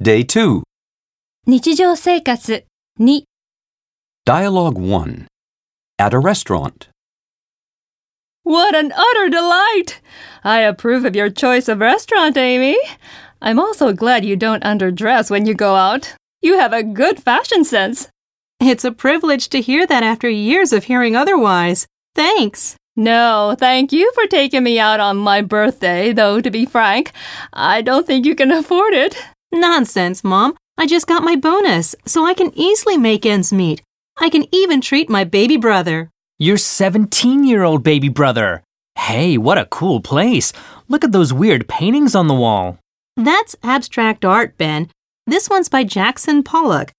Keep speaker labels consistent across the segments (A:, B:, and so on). A: Day 2.
B: 日常生活2
A: Dialogue 1. At a restaurant.
B: What an utter delight! I approve of your choice of restaurant, Amy. I'm also glad you don't underdress when you go out. You have a good fashion sense.
C: It's a privilege to hear that after years of hearing otherwise. Thanks.
B: No, thank you for taking me out on my birthday, though, to be frank, I don't think you can afford it.
C: Nonsense, Mom. I just got my bonus, so I can easily make ends meet. I can even treat my baby brother.
D: Your 17 year old baby brother. Hey, what a cool place. Look at those weird paintings on the wall.
C: That's abstract art, Ben. This one's by Jackson Pollock.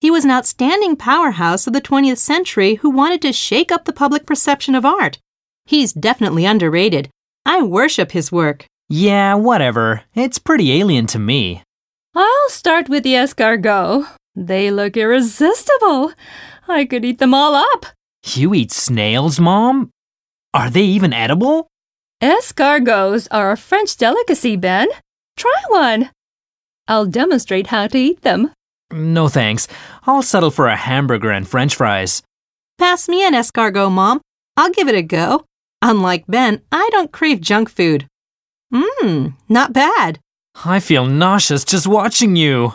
C: He was an outstanding powerhouse of the 20th century who wanted to shake up the public perception of art. He's definitely underrated. I worship his work.
D: Yeah, whatever. It's pretty alien to me.
B: I'll start with the escargot. They look irresistible. I could eat them all up.
D: You eat snails, Mom? Are they even edible?
B: Escargots are a French delicacy, Ben. Try one. I'll demonstrate how to eat them.
D: No thanks. I'll settle for a hamburger and french fries.
C: Pass me an escargot, Mom. I'll give it a go. Unlike Ben, I don't crave junk food. Mmm, not bad.
D: I feel nauseous just watching you.